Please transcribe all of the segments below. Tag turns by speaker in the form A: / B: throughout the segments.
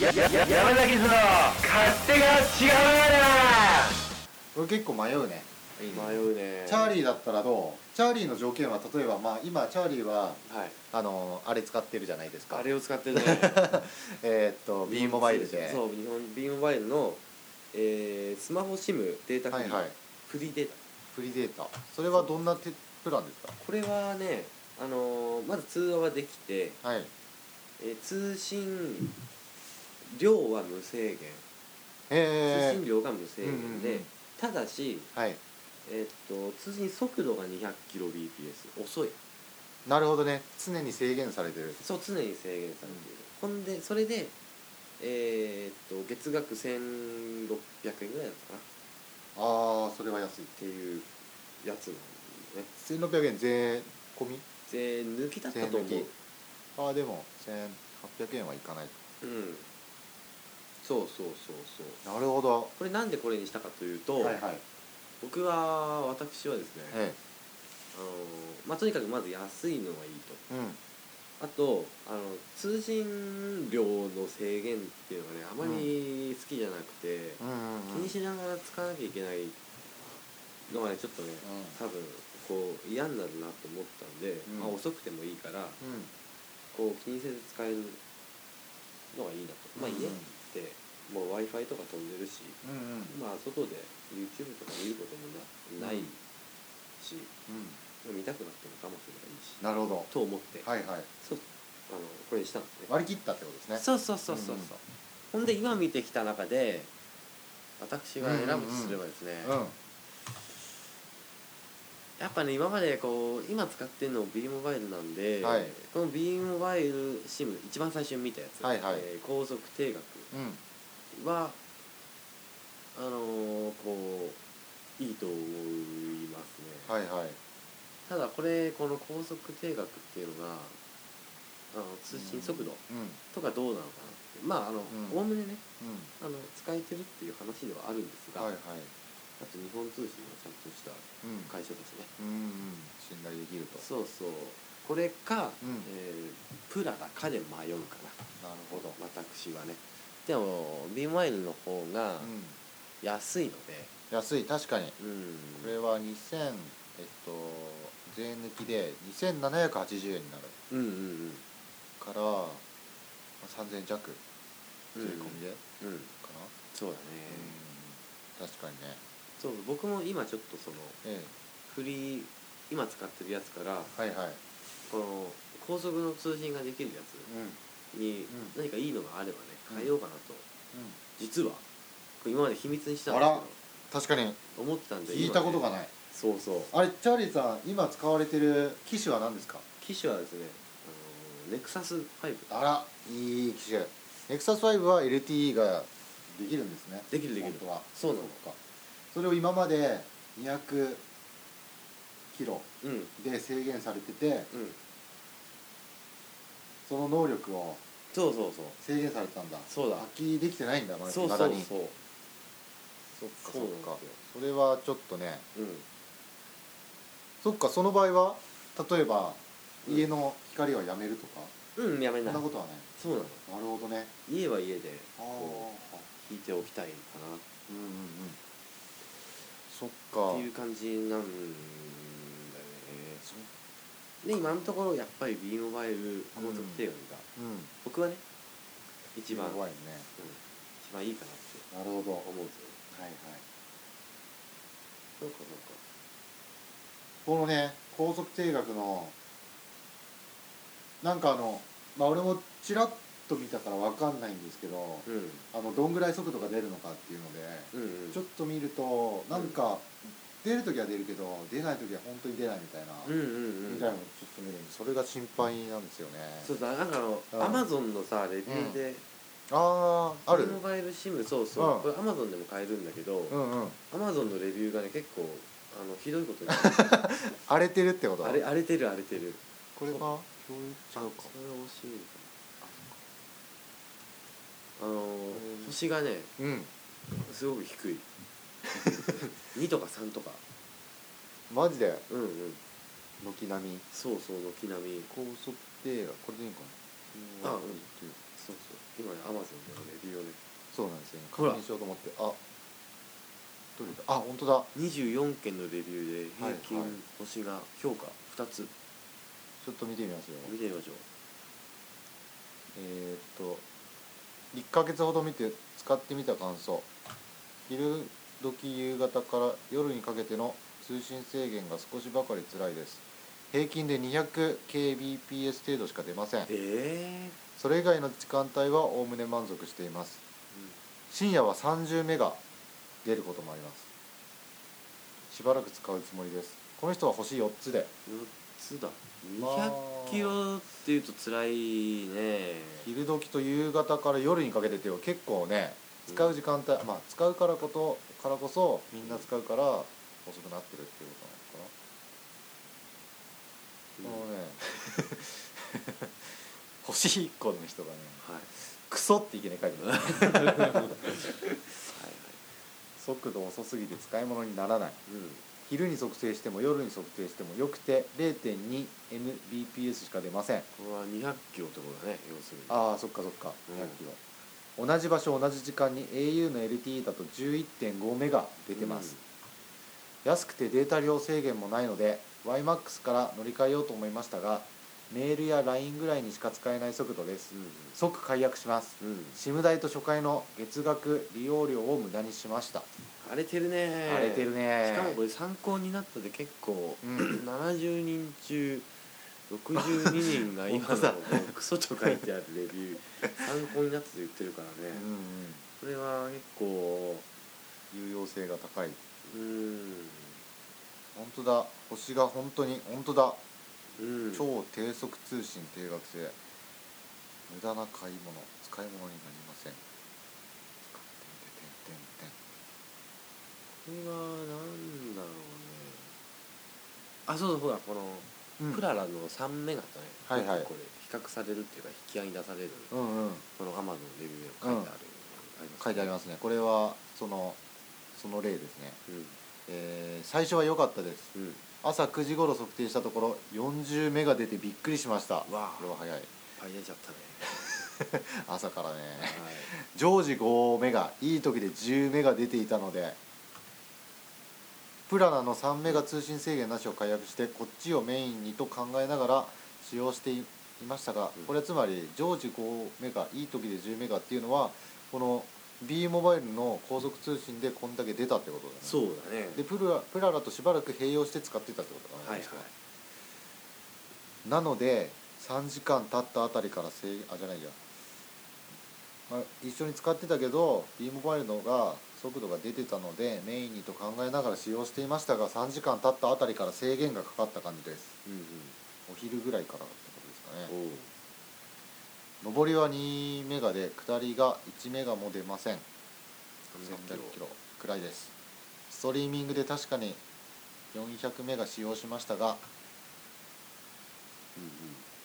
A: 山崎の勝手が違
B: 俺結構迷うね
C: 迷うね
B: チャーリーだったらどうチャーリーの条件は例えばまあ今チャーリーは
C: はい
B: あのあれ使ってるじゃないですか
C: あれを使ってるね
B: えーっと B モバイルで
C: そう日本 B モバイルの、えースマホ SIM データ
B: はい
C: 機能
B: はい
C: フリーデータ
B: フリーデータそれはどんなてプランですか
C: これはねあのーまず通話はできて、
B: はい
C: えー通信量は無制限通
B: え
C: 信量が無制限で、
B: うんうんうん
C: ただし、
B: ー、はい
C: えーっと通信速度が 200kbps 遅い
B: なるほどね常に制限されてる
C: そう常に制限されている、ほんでそれでえーっと月額1600円ぐらいだったかなっ
B: ああそれは安い
C: ていうやつなんだよね
B: 1600円税込み
C: 税抜きだったと思
B: 税
C: う
B: 抜きああでも1800円はいかない
C: うんそうそうそうそう
B: なるほど
C: これなんでこれにしたかというと、
B: はいはい
C: 僕は私はですね、
B: え
C: あのまあ、とにかくまず安いのがいいと
B: えうん
C: あとあの通信量の制限っていうのがねあまり好きじゃなくて、
B: うんうんうん
C: 気にしながら使わなきゃいけないのがねちょっとね多分こう嫌になるなと思ったんで、
B: うん
C: まあ、遅くてもいいから
B: うんうん
C: こう気にせず使えるのがいいなと、まあ
B: うん
C: 家ってもう w i f i とか飛んでるし
B: うんうんうん
C: まあ外で YouTube とか見ることもなないし、見たくなっても我慢すればいいし
B: なるほど
C: と思って、
B: はいはい
C: そうあのこれにしたんですね
B: 割り切ったってことですね
C: そうそうそうそうそう、
B: うんうん
C: ほんで今見てきた中で私が選ぶとすればですね、
B: うん
C: やっぱね今までこう今使ってるの B モバイルなんで、
B: はい
C: この B モバイル SIM 一番最初に見たやつ、
B: はいはい
C: えー高速定額
B: うん
C: はあのーこういいと思いますね、
B: はいはい
C: ただこれこの高速定額っていうのがあの通信速度
B: うん
C: とかどうなのかなってまああの
B: うん
C: おおむねね
B: う
C: あの使えてるっていう話ではあるんです
B: ん
C: が、
B: はいはい
C: あと日本通信がちゃんとした
B: うん
C: 会社だしね
B: うんうん信頼できると
C: そうそうこれか、
B: うん
C: えープラダかで迷うか
B: なる
C: な私はねでも B マイルの方が
B: うん
C: 安いの
B: 安い確かに
C: でうん
B: これは2000えっと税抜きで2780円になる
C: うんうんうん
B: からまあ3000弱税込みで
C: うん
B: かな
C: そうだね、
B: うん確かにね
C: そう僕も今ちょっとその
B: え
C: フリー今使ってるやつから
B: えはいはい
C: この高速の通信ができるや
B: うんうん
C: つに
B: う
C: 何かいいのがあればね
B: うん
C: 変えようかなと、実はこれ今まで秘密にしたん
B: あ
C: です
B: ら確かに
C: けど思ってたんで
B: 聞いたことが
C: い
B: ない
C: そうそう
B: あれチャーリーさん今使われてる機種は何ですか
C: 機種はですねあのネクサス5
B: あらいい機種ネクサス5は LTE ができるんですね
C: できるできる
B: 本当は
C: そうなの
B: かそれを今まで200キロ
C: うんうん
B: で制限されててその能力を
C: そうそうそう
B: 制限されたんだ
C: そうだ
B: 発揮できてないんだまだ
C: そうそう
B: 未
C: そ
B: だ
C: う
B: にそっかそ
C: そう
B: っ
C: なんです
B: か
C: よ
B: それはちょっとね
C: うん
B: そっかその場合は例えば
C: うん
B: 家の光はやめるとか、
C: うんやめな
B: そんな
C: い
B: ことはない
C: そうなの
B: なるほどね
C: 家は家で
B: ああ
C: こう引いておきたいのか
B: うんうんうんそっ
C: な
B: か
C: っていう感じなんだよね
B: そ
C: で今のところやっぱり B モバイル高速定額が
B: うん
C: 僕はね一番、うん、
B: 怖
C: 一
B: いね
C: 番いいかなっ
B: な
C: て
B: るほどは
C: 思うんですよ
B: いはい
C: そうかそうか
B: このね高速定額のなんかあのまあ俺もちらっと見たからわかんないんですけど
C: う
B: あのどんぐらい速度が出るのかっていうので
C: んうんうん
B: ちょっと見るとなんか出る時は出るけど出ない時は本当に出ないみたいな、
C: うんうんうん
B: みたいなのちょっと見るんでそれが心配なんですよね
C: そうそうなんかあの
B: うん
C: アマゾンのさレビューで、
B: ああある
C: モバイル SIM そう
B: う
C: そ
B: ん
C: うこれアマゾンでも買えるんだけど
B: うんうん
C: アマゾンのレビューがね結構あのひどいことに
B: 荒れてるってこと
C: あれ荒れてる荒れてる
B: これが共有ちゃうか
C: それは惜しいのかなあのー星がね
B: うん
C: すごく低い 2とか3とか
B: マジで
C: うんうん
B: 軒並み
C: そうそう軒並み
B: 高速定額これでいいのかな
C: あうん
B: 高速定額
C: そうそう今ねアマゾンでのレビューをね
B: そうなんですよね
C: ほ
B: 確
C: ら
B: 認しようと思ってあどれだあ本当だ
C: 24件のレビューで平
B: はいはい
C: 均星が評価2つ
B: ちょっと見てみますよ
C: 見てみましょう
B: えーっと1ヶ月ほど見て使ってみた感想昼時夕方から夜にかけての通信制限が少しばかり辛いです平均で 200kbps 程度しか出ません
C: ええ
B: それ以外の時間帯はおおむね満足しています深夜は30メガ出ることもありますしばらく使うつもりですこの人は星4つで
C: 4つだ
B: まあ
C: 200キロっていうと辛いね
B: 昼時と夕方から夜にかけてっていうのは結構ね使う時間帯、まあ使うからことからこそみんな使うから遅くなってるっていうことなのかな、このね星1個の人がね
C: はいはい
B: クソっていけない書いてます
C: はい
B: 速度遅すぎて使い物にならない
C: うん
B: 昼に測定しても夜に測定してもよくて 0.2mbps しか出ません
C: これは200キロってことだね要するに
B: ああそっかそっか
C: う
B: 100
C: ん
B: キロ、同じ場所同じ時間に au の LTE だと11.5メガ出てます、安くてデータ量制限もないので YMAX から乗り換えようと思いましたがメールや LINE ぐらいにしか使えない速度です、
C: う
B: 即解約します
C: ん、うん、
B: SIM 代と初回の月額利用料を無駄にしました、
C: 荒れてるね
B: 荒れてるね
C: しかもこれ参考になったで結構、
B: うん
C: 70人中62人が今
B: 本当だ
C: のクソと書いてあるレビュー参考になったと言ってるから
B: うん
C: ね、
B: うん
C: これは結構
B: 有用性が高いう
C: ーん
B: 本当だ星が本当に本当だ
C: うん
B: 超低速通信定額制無駄な買い物使い物になりませんてんてんてんてん
C: これはなんだろうねあそうそうほらこの、
B: てんうん
C: プララの3メガとね、
B: はいはい
C: これ比較されるっていうか引き合いに出される
B: うんうん
C: このアマゾンレビューでも書いてある、ありますね
B: 書いてありますねこれはそのその例ですね、
C: うん
B: えー最初は良かったです
C: うん
B: 朝9時頃測定したところ40目が出てびっくりしました
C: うわあ
B: これは早い
C: あいやっちゃった ね
B: 朝からね
C: はい
B: 常時5目がいい時で10目が出ていたのでプラナの3メガ通信制限なしを解約してこっちをメインにと考えながら使用していましたが
C: うん
B: これはつまり常時5メガいい時で10メガっていうのはこの B モバイルの高速通信でこんだけ出たってことだね
C: そうだね
B: でプラプララとしばらく併用して使ってたってことだな、
C: はいはい
B: この人なので3時間経ったあたりから制あじゃないや、まあ、一緒に使ってたけど B モバイルのが速度が出てたのでメインにと考えながら使用していましたが3時間経ったあたりから制限がかかった感じです
C: うんうん
B: お昼ぐらいからってことですかね
C: おう
B: 上りは2メガで下りが1メガも出ません300
C: 300
B: キロくらいですストリーミングで確かに400メガ使用しましたが
C: う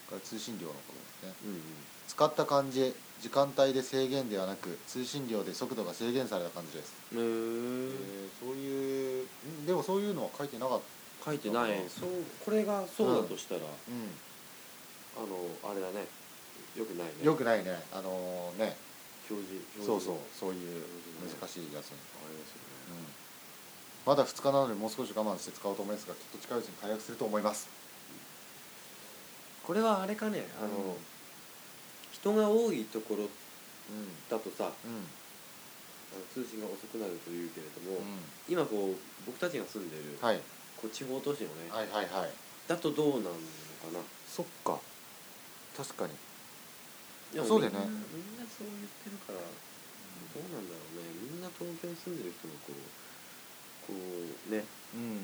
B: これ通信量のことですね
C: んうんうん
B: 使った感じ時間帯で制限ではなく通信量で速度が制限された感じです、
C: うん
B: え
C: へ
B: ーそういうんでもそういうのは書いてなかっ
C: え書いてないそうこれがそうだとしたら、
B: た、う
C: あのあれだねよくないね
B: ん、よくないねあのーね
C: 表示
B: そ
C: 表示
B: うそうそういう
C: うん
B: 難しいやつに、
C: ありますよ
B: う
C: ね
B: ん、まだ2日なのでもう少し我慢して使おうと思いますがきっと近いうちに解約すると思います
C: これはあれかねあ
B: う
C: の、
B: ん
C: 人が多いところ
B: う
C: だとさあ
B: ん
C: の
B: うん
C: 通信が遅くなるというけれども、
B: うん
C: 今こう僕たちが住んでる、
B: はい
C: こう地方都市のね、
B: はいはいはい
C: だとどうなるのかな
B: そっか確かに
C: でも
B: そうだよね
C: みんなみんなそう言ってるからどうなんだろうねみんな東京に住んでる人もこうこうね
B: うん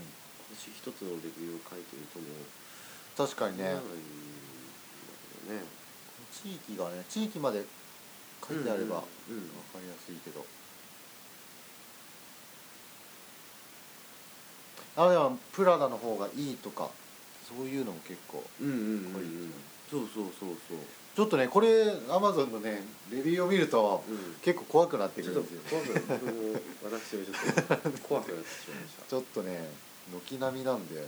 C: 星一つのレビューを書いてるとも
B: 確かにね、
C: ならないんだけどね
B: 地域がね地域まで書いてあれば、
C: うんうん
B: 分かりやすいけどあでもプラダの方がいいとかそういうのも結構
C: うんうんうん
B: こ
C: う
B: れいい
C: ん
B: ね
C: そうそうそうそう
B: ちょっとねこれアマゾンのねレビューを見ると
C: うん
B: 結構怖くなってく
C: ちょ
B: る
C: っと
B: んですよ
C: 怖くなって僕も私はちょっと怖くなってしまいました
B: ちょっとね軒並みなんで
C: う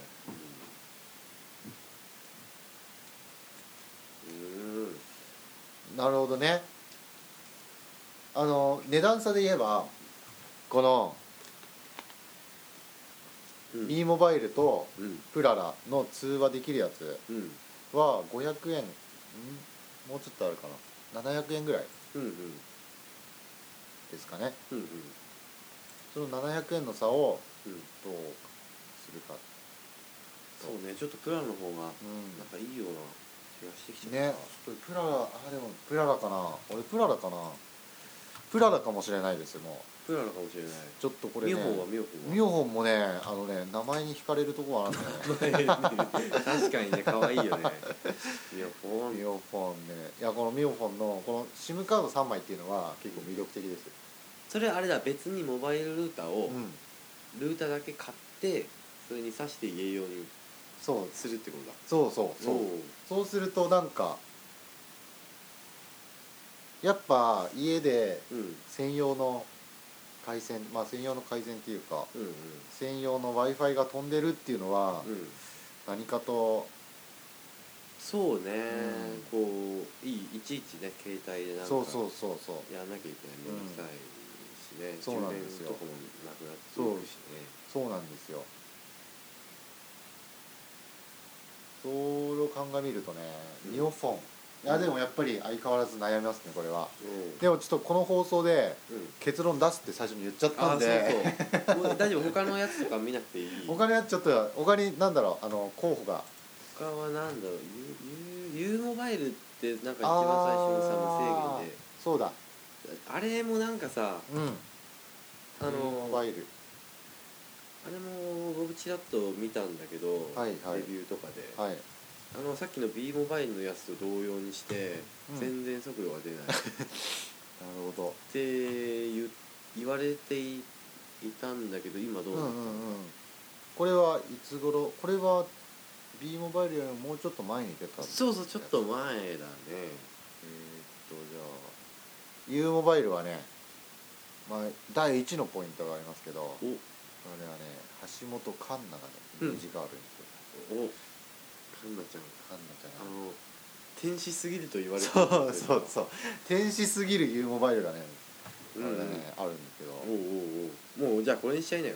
C: んうん
B: なるほどねあの値段差で言えばこの
C: うん、
B: B モバイルと
C: うん
B: プララの通話できるやつ
C: うん
B: は500円んもうちょっとあるかな700円ぐらい
C: うんうん
B: ですかね
C: うんうん
B: その700円の差を
C: うん
B: どうするか
C: そうねちょっとプランの方が
B: うん
C: なんかいいような気がしてきちゃった
B: ねちょっとプララあでもプララかな俺プララかなプララかもしれないですよも
C: プランのかもしれないう
B: ちょっとこれね
C: ミホはミホは
B: ミョホンもねあのね名前に惹かれるとこがあるんだよね
C: 確かにね可愛いよねミホ
B: ミョホンねいやこのミョホンのこの SIM カード3枚っていうのは結構魅力的ですよ
C: それあれだ別にモバイルルーターを
B: うん
C: ルーターだけ買ってそれに挿して家用に
B: そう
C: するってことだ
B: そうそうそう
C: おう
B: そうするとなんかやっぱ家で
C: うん
B: 専用の回線まあ専用の回線っていうか
C: うんうん
B: 専用の w i f i が飛んでるっていうのは
C: うん
B: 何かと
C: そうね、
B: うん
C: こういいいちいちね携帯でなんか
B: そうそうそうそう
C: やらなきゃいけない
B: うん
C: 面倒くさいしね、
B: そうなんですよ
C: 充電とかもなくなって
B: そう
C: いくしね
B: そうなんですよそれを鑑みるとね
C: うん
B: ミオフォン、いやでもやっぱり相変わらず悩みますねこれは
C: うん
B: でもちょっとこの放送で
C: うん
B: 結論出すって最初に言っちゃっ
C: あ
B: た
C: あ
B: んで
C: そうそうもう大丈夫他のやつとか見なくていい
B: 他にやっちょっと他になんだろうあの候補が
C: 他はなんだろうユユユーモバイルってなんか一番最初にさ
B: あー
C: 無制限で
B: そうだ
C: あれもなんかさ
B: うん
C: あ
B: ミオモ
C: のあ
B: バイル
C: れも僕ちらっと見たんだけど、
B: はいはい
C: レビューとかで、
B: はい
C: あのさっきの B モバイルのやつと同様にして、
B: うん
C: 全然速度が 出ないっ
B: なるほ
C: て言言われていいたんだけど今
B: ど
C: どう
B: うん
C: な
B: う
C: の、
B: んうんこれはいつ頃これは B モバイルよりももうちょっと前に出た
C: そうそうちょっと前だね
B: えーっとじゃあ U モバイルはね、まあ、第1のポイントがありますけどこ
C: お
B: れはね橋本環奈がね
C: うん
B: 虹があるんですよ、
C: おカンナちゃん
B: 環奈ち
C: あの天使すぎると言われて
B: ゃんがそうそうそう天使すぎる U モバイルがねこ
C: う
B: れ
C: ん
B: が
C: う
B: ね
C: ん、
B: あるんですけど、
C: おうおうおうもうじゃあこれにしちゃい なよ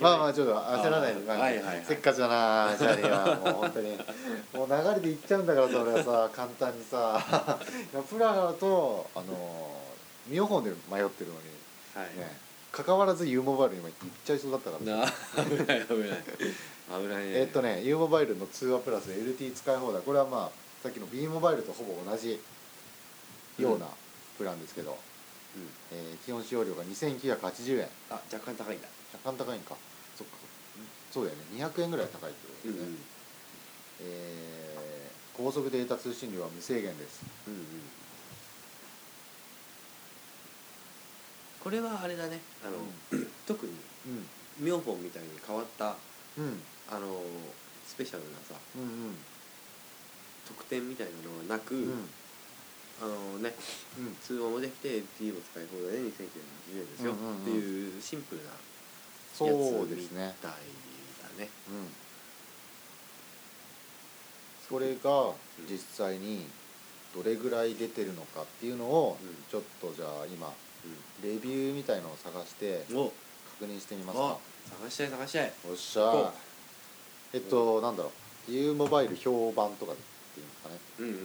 B: ま あまあちょっと焦らないで、
C: あー
B: まあ
C: はいはいはい
B: せっかちだなじゃあねもう本当にもう流れでいっちゃうんだからそれはさ簡単にさいやプララとあのミオホンで迷ってるのに
C: はい、
B: ね、関わらず U モバイルにも行っちゃいそうだったから、
C: な危ない危ない危ないね
B: えっとね U モバイルの通話プラス LT 使い放題これはまあさっきの B モバイルとほぼ同じようなプランですけど、
C: うん
B: えー基本使用料が2980円
C: あ若干高いんだ
B: 若干高いんかそっかそっかそうだよね200円ぐらい高いってこと
C: うん
B: で
C: う
B: す
C: ん
B: ね、えー高速データ通信量は無制限です
C: うんうんこれはあれだねあの、特に
B: う
C: 妙法みたいに変わった
B: んうん
C: あのスペシャルなさ
B: うんうん
C: 特典みたいなのはなく、
B: うん
C: あのね
B: うん
C: 通話もできて LT も使い放題で2980円ですよ、
B: うんうんうん
C: っていうシンプルな
B: そうですね
C: やつみたいだね
B: うん、それが実際にどれぐらい出てるのかっていうのを
C: うん
B: ちょっとじゃあ今レビューみたいのを探して
C: うんお
B: 確認してみますか
C: あ探したい探したい
B: おっし
C: こ
B: ゃえっとなんだろう U モバイル評判とかっていうんですかね
C: うんうん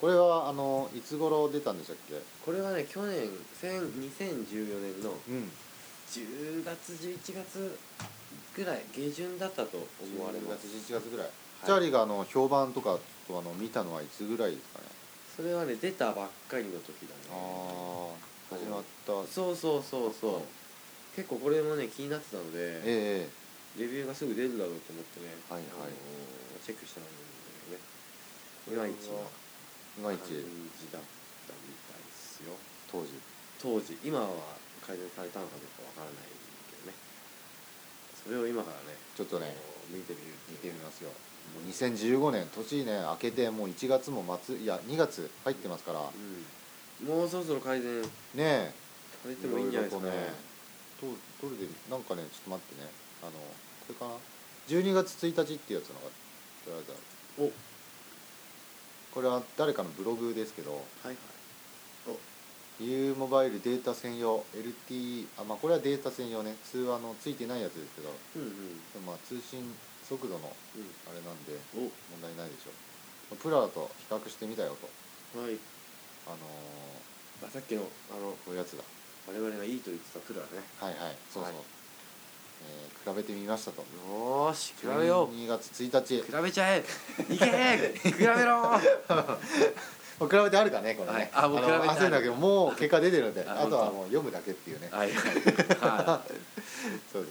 B: これはあのいつ頃出たんでしたっけ
C: これはね去年1000 2014年の
B: うん
C: 10月11月ぐらい下旬だったと思われ
B: 10
C: ます
B: 月、11月ぐらい、
C: い
B: チャーリーがあの評判とかちょっとあの見たのはいつぐらいですかね
C: それはね出たばっかりの時だ
B: あ
C: ね
B: あ始まった
C: そうそうそうそう結構これもね気になってたので
B: ええ
C: レビューがすぐ出るだろうと思ってね、
B: はいはい
C: あのーチェックしたんだけどねいまいちな
B: えいまい
C: 感
B: ち
C: じだったみたいですよ
B: 当時
C: 当時今は改善されたのかどうかわからないけどねそれを今からね
B: ちょっとね
C: あのー見てみる
B: 見てみますよもう2015年年ね明けてもう1月も末いや2月入ってますからね
C: うんもうそろそろ改善さ
B: え
C: れてもいいんじゃないですかね
B: いろいろとねどどれでなんかねちょっと待ってねあのこれかな12月1日っていうやつのがとりあえずある
C: お
B: これは誰かのブログですけど
C: はい
B: U モバイルデータ専用 LTE あまあこれはデータ専用ね通話のついてないやつですけど
C: うんうん
B: でもまあ通信速度のあれなんで
C: うん
B: 問題ないでしょプララと比較してみたよと
C: おはい
B: あのー
C: まあさっきのあの
B: こういうやつだ
C: 我々がいいと言ってたプラね
B: はいはいそうそう、
C: はい
B: えー比べてみましたと
C: よーし比
B: 2月1日
C: 比べちゃえいけ比べろー
B: もう比べてあるからねこれね、
C: はいあもう
B: の
C: 比べてある
B: 焦るだけどもう結果出てるんで
C: あ
B: あとはもう読むだけっていうね
C: はい
B: そ
C: は
B: うそうそう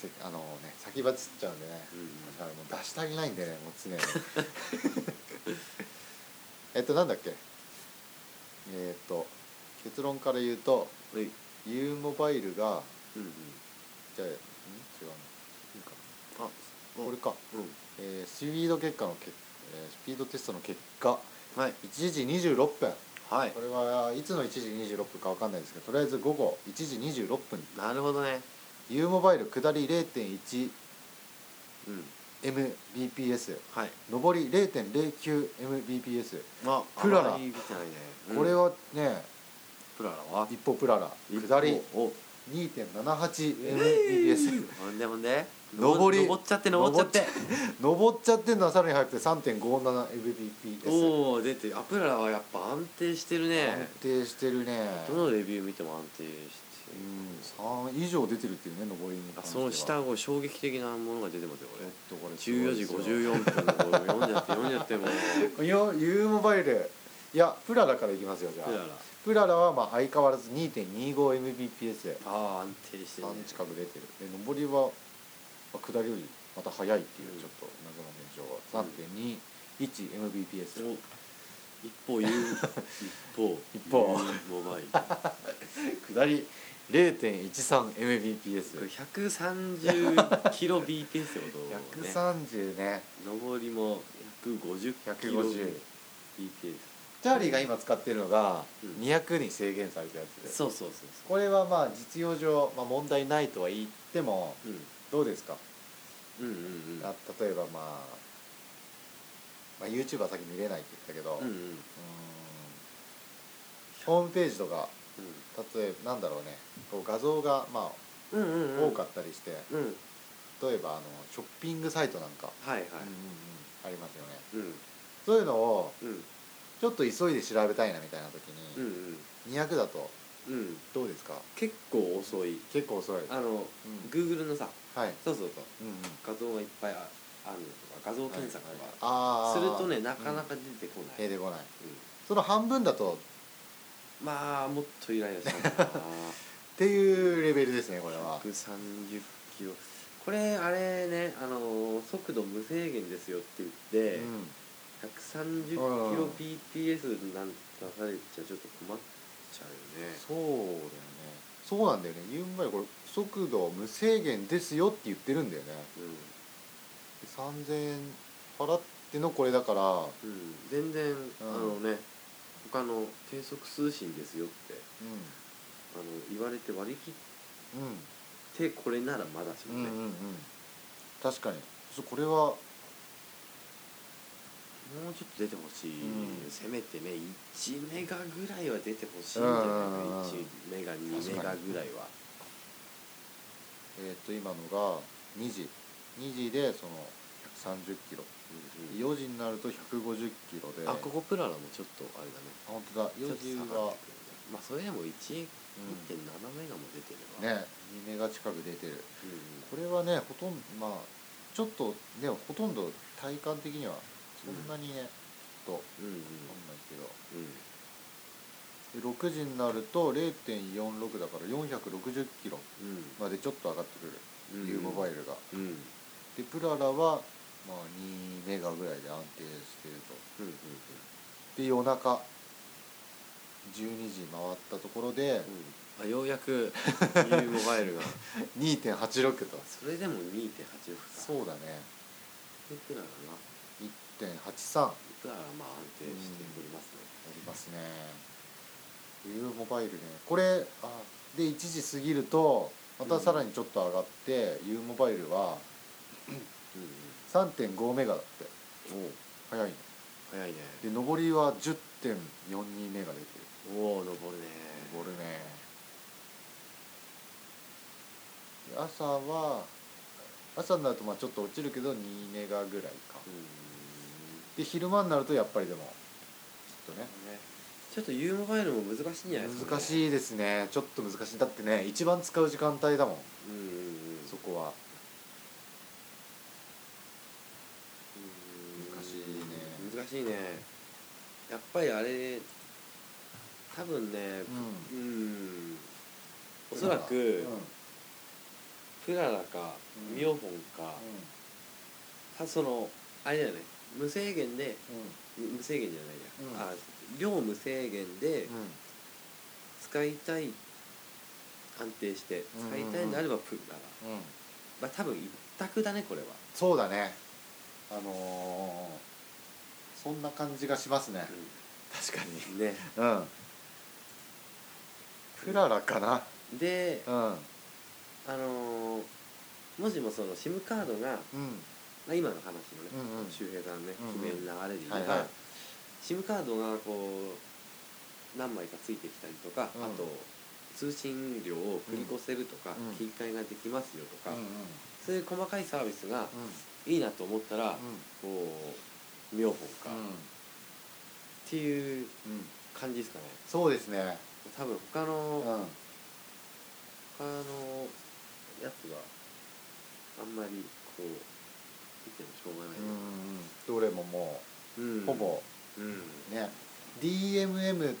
B: せあのね先ばっつっちゃうんでね、
C: い、うん
B: だからもう出したりないんでねもう常に えっとなんだっけえーっと結論から言うと
C: はい
B: U モバイルが
C: うんうん
B: じゃあん違うのいいか
C: あ
B: なこれか、
C: うん
B: えースピード結果のけ、えースピードテストの結果
C: はい
B: 1時26分
C: はい
B: これはいつの1時26分かわかんないですけどとりあえず午後1時26分に
C: なるほどね
B: U モバイル下り 0.1mbps
C: うん
B: mbps
C: はい
B: 上り 0.09mbps
C: まあ
B: プララ
C: あまり見てないねうん
B: これはね、
C: プララは
B: 一方プララ下り
C: おお
B: 2.78mbps
C: ほんでほんで
B: 登り
C: 登っちゃって登っちゃって
B: 上っちゃってんのはさらに速くて 3.57mbps
C: おお出てあプララはやっぱ安定してる
B: 安
C: ね
B: 定してるね
C: どのレビュー見ても安定して
B: うん3以上出てるっていうね上りに
C: あ
B: 関して
C: そ
B: は
C: の下こう衝撃的なものが出てますよ
B: ちょっとこれ
C: 俺14時
B: すごいですよ
C: 54分のこう読んじゃって読んじゃ ってもう
B: よ U モバイルいやプララからいきますよじゃあ
C: プララ
B: プララはまあ相変わらず 2.25mbps で
C: ああ安定してるね
B: 3近く出てるで上りはまあ下りよりまた速いっていうちょっと謎の現象が 3.21mbps
C: お一方言う 一方
B: 一方
C: 言うモバイルこ
B: 下り 0.13mbps
C: れ130キロ BPS って ことね
B: 130ね
C: 上りも150キロ BPS
B: BPS チャーリーが今使ってるのが200に制限されたやつで
C: そうそうそうそ
B: これはまあ実用上、まあ、問題ないとは言っても
C: う、うん、
B: どうですか
C: うんうんうん
B: あ例えばまあ、まあ、YouTube は先見れないって言ったけど、
C: うんう
B: うーん
C: んうん
B: ホームページとか例えばなんだろうねこう画像がまあ
C: うんうんうん
B: 多かったりして、
C: うん
B: 例えばあのショッピングサイトなんか、
C: はいはい
B: うんうんうんありますよね
C: うん
B: そういうのを
C: うん
B: ちょっと急いで調べたいなみたいな時
C: うん
B: に、200だと
C: うんうん
B: どうですか
C: 結構遅い
B: 結構遅い、うん、
C: あの Google のさ
B: はい、
C: そうそうそう
B: うんうん、
C: 画像がいっぱいああるのとか画像検索とか
B: あ
C: す
B: ー
C: るとねな
B: うん
C: かなか出てこな
B: 出
C: い、
B: てこない
C: うん
B: その半分だと
C: まあもっとイライラしたか
B: っていうレベルですねこれ
C: な
B: は
C: 130キロこれあれねあのー速度無制限ですよって言って、
B: うん
C: 130キロ BPS なんて出されちゃちょっと困っちゃうよね
B: そうだよねそうなんだよね言う前にこれ速度無制限ですよって言ってるんだよね3000円払ってのこれだから
C: うん、うん、全然、あのね他の低速通信ですよって
B: う
C: あの言われて割り切
B: ん
C: ってこれならまだし
B: うんう
C: も
B: ん
C: ね、
B: うんうん確かにそうこれは
C: もうちょっと出てほしい、
B: うん
C: せめてね1メガぐらいは出てほしいんじゃない
B: うんうんうん
C: か1メガ2メガぐらいは
B: えっ、と今のが2時2時でその130キロ
C: うんう
B: 4時
C: ん
B: になると150キロで
C: あここプララもちょっとあれだね
B: あ本当だ
C: ちょ
B: 4
C: っと
B: 時
C: 下がってくる
B: は
C: まあそれでも1 1.7
B: うん
C: メガも出てれば
B: ね2メガ近く出てる
C: うん
B: こ
C: うん
B: れはねほとんどまあちょっとでもほとんど体感的にはそんなにね、ちょっと
C: うんうん
B: 分かんないけどで6時になると0.46だから460キロ
C: うんうん
B: までちょっと上がってくる、
C: うん
B: U モバイルが
C: うんうん
B: でプララはまあ2メガぐらいで安定してる
C: うんうん
B: とで夜中12時回ったところで
C: あようやく U モバイルが
B: 2.86と
C: それでも2.86かう
B: そうだね
C: プララな
B: 1.83あ
C: プララまあ安定しておりますね
B: りますね U モバイルねこれあで1時過ぎるとまたさらにちょっと上がって、U モバイルは
C: うんうん
B: 3.5メガだって
C: おう
B: 早いね
C: 早いね
B: で上りは10.42メが出てる
C: おお登るね
B: 上るねで朝は朝になるとまあちょっと落ちるけど2メガぐらいか
C: うー
B: で昼間になるとやっぱりでもちょっとね
C: んねちょっと U モバイルも難しいんじゃないですか、
B: 難しいですねちょっと難しいだってね一番使う時間帯だもん
C: うんうんうん
B: そこは
C: うーん
B: 難しいね
C: 難しいねやっぱりあれ多分ね
B: う
C: うんんおそらくプララか
B: うん
C: ミオフォンか、たそのあれだよね無制限でむ無制限じゃないや、あ量無制限で
B: うんうん
C: 使いたい安定して
B: うん
C: 使いたいのであればプララ、
B: うん、うん、
C: まあ、多分一択だねこれは
B: そうだねあのーそんな感じがしますね確かに
C: うんね
B: うんクララかな
C: で
B: うん
C: あのーもしもその SIM カードが
B: うん
C: まあ今の話のね、
B: うんうん
C: 周平さんね
B: うんうん
C: 決める流れで言え
B: はい
C: ば
B: はい
C: SIM カードがこう何枚かついてきたりとか、
B: うん
C: あと通信料を繰り越せるとか、
B: うん
C: 切り替えができますよと
B: うん
C: か、
B: うん
C: そういう細かいサービスが
B: うん
C: いいなと思ったら、こう妙本か、
B: う
C: っ
B: ん
C: ていう
B: うん
C: 感じですかね
B: そうですね
C: 多分他の、
B: うんうん
C: 他のやつはあんまりこう見てもしょうがないな、
B: どれもも
C: うん
B: うほぼ
C: うんうん
B: ね DMM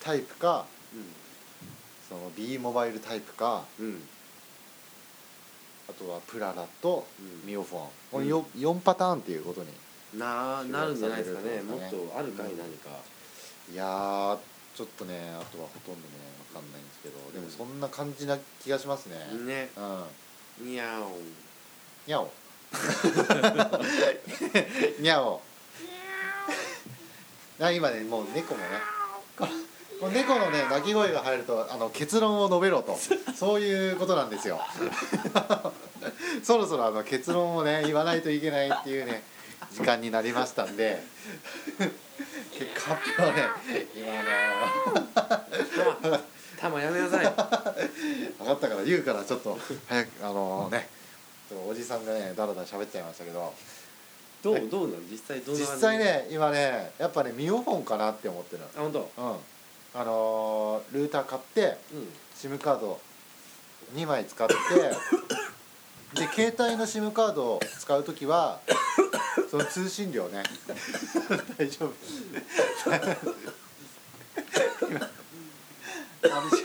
B: タイプかその B モバイルタイプか
C: うんうん
B: あとはプララと
C: うん
B: ミオフォン、この 4, 4パターンっていうことに
C: なあなるんじゃないですかね
B: そう
C: も
B: で
C: っ
B: すね
C: とあるかい
B: うん
C: 何か、
B: いやーちょっとねあとはほとんどね分かんないんですけどでもそんな感じな気がしますねうん
C: ねにゃお
B: にゃおにゃおあ今ねもう猫もねここの猫のね鳴き声が入るとあの結論を述べろとそういうことなんですよそろそろあの結論をね言わないといけないっていうね時間になりましたんで結果発表ね今ね
C: たまやめなさい
B: 分かったから言うからちょっと早くあのねちょっとおじさんがねだらだら喋っちゃいましたけど
C: どうどうなの実際どんな
B: 実
C: 感じ
B: 際ね今ねやっぱねミオフォンかなって思ってる
C: あ本当
B: うんあのールーター買って
C: うん
B: SIM カード2枚使って で携帯の SIM カードを使う時はその通信料ね 大丈夫今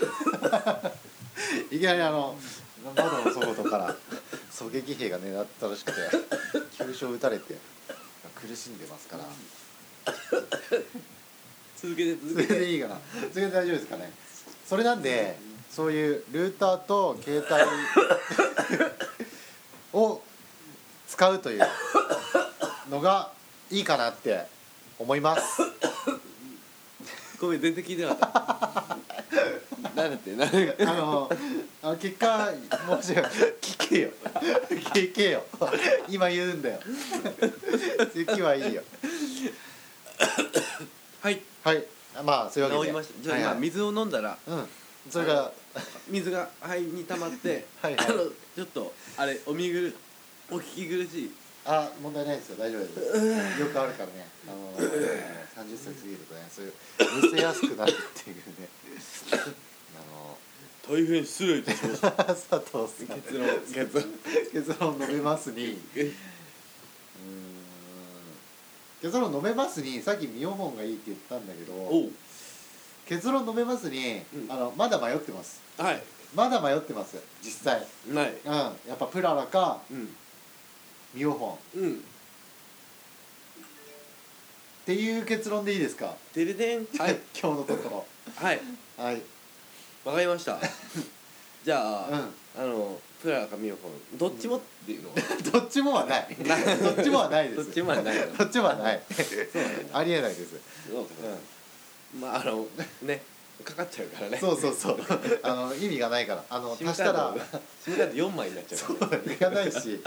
B: いきなりあの窓の外から狙撃兵が狙ったらしくて急所を撃たれて苦しんでますから
C: 続けて続
B: それ
C: けて
B: でいいかなそれで大丈夫ですかねそれなんでそういうルーターと携帯を使うというのがいいかなって思います
C: ごめん全然聞いてなかった なんだってなんだ
B: あのあの結果もし聞けよ聞けよ今言うんだよ席はいいよ
C: はい
B: はいまあそういうわけ
C: 治
B: で
C: りましたじゃあ
B: はい
C: 今
B: はい
C: 水を飲んだら
B: うんそれから
C: 水が肺に溜まって
B: はいはい
C: あのちょっとあれお見苦お聞き苦しい
B: あ問題ないですよ大丈夫ですよくあるからねあの30歳過ぎるとねそういうむせやすくなるっていうね
C: 大変失礼いたしまし
B: あ
C: た
B: の佐藤さん
C: 結論結論
B: 結論述べますにうーん結論述べますにさっきミオホンがいいって言ったんだけ
C: お
B: ど
C: う
B: 結論述べますに、
C: うん
B: あのまだ迷ってます
C: はい
B: まだ迷ってます実際
C: ない
B: うんやっぱプララか
C: うん
B: ミオホンっ
C: うん
B: ていう結論でいいですか
C: てれでんはい
B: 今日のとこ
C: はい
B: ろはい
C: わかり ましたじゃあ、
B: うん
C: あのプラかミヨコンどっちもっていうのは
B: どっちもはない。 どっちもはないです。
C: どっちもはない の
B: どっちもはない。ありえないです。
C: そうかな、まああのねかかっちゃうからね
B: そうそうそう。あの意味がないから、あ の
C: シム
B: 足
C: カ
B: したら
C: ード。シムカード4枚になっちゃ
B: そう
C: から ね
B: ういかないし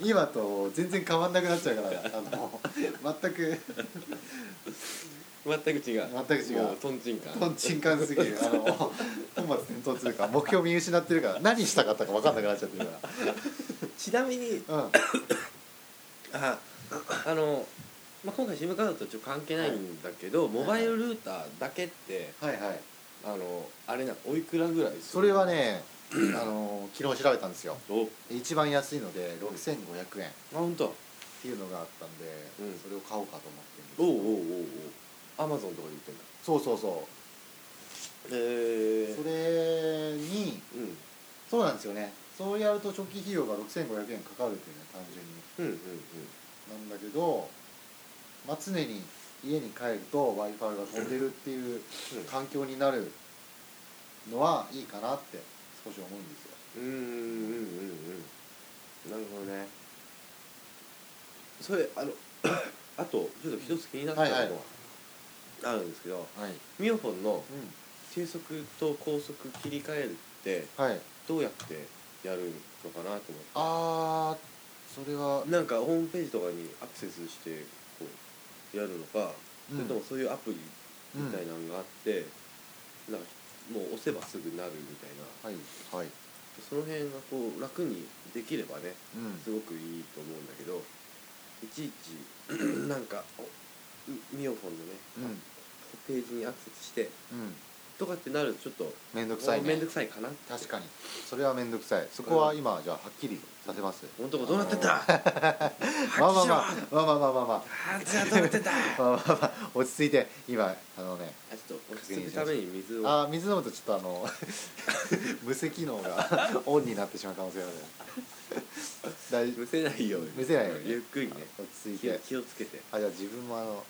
B: 今と全然変わんなくなっちゃうからあの全く
C: 全く違う
B: 全く違う
C: もうトンチンカン
B: とんちんかんすぎるあの本末転倒というか目標見失ってるから何したかったか分かんなくなっちゃってるか
C: ちなみに
B: ら、うん、
C: ああの、まあ、今回 SIM カードとちょっと関係ないんだけど、モバイルルーターだけって
B: はいはい
C: あのあれなおいくらぐらいする
B: それはねあの昨日調べたんですよ
C: お
B: 一番安いので6500円っ
C: マウント
B: ていうのがあったんで、
C: うん
B: それを買おうかと思ってるんですけど
C: おうおうおうおうアマゾンとかで売ってんだ
B: そうそうそ
C: へ
B: うそれに
C: うん
B: そうなんですよねそうやると初期費用が6500円かかるっていうね単純に
C: うんうんうん
B: なんだけど、まあ、常に家に帰ると w i f i が飛んでるっていう環境になるのはいいかなって少し思うんですよ
C: うんうんうんうんなるほどねそれあの あとちょっと一つ気になったこと
B: はい
C: があるんですけど、
B: はい、
C: ミオフォンの
B: う
C: 低速と高速切り替えるって
B: ん、はい
C: どうやってやるのかなと思って
B: あーそれは、
C: なんかホームページとかにアクセスしてこうやるのか、
B: うん
C: それともそういうアプリみたいなのがあって、なんかもう押せばすぐなるみたいな
B: はいはい
C: その辺がこう楽にできればね
B: うん
C: すごくいいと思うんだけどいちいち なんかおミオフォンのね
B: うん
C: ページにアクセスして
B: うん
C: とかってなるとちょっと
B: 面倒くさい
C: 面
B: ね
C: 倒くさいかな
B: 確かにそれは面倒くさいそこは今じゃあはっきりさせます
C: このとこどうなってんだ
B: まあまあまあまあまあまあまあまあ
C: あんたどうなってんだあ
B: まあまあまあ落ち着いて今あのね
C: ちょっと落ち着くために水を
B: あー水飲むとちょっとあの むせ機能がオンになってしまう可能性がある大
C: むせないように
B: むせないようにね
C: ゆっくりね
B: 落ち着い
C: 気を
B: て
C: 気をつけて
B: あじゃあ自分もあのお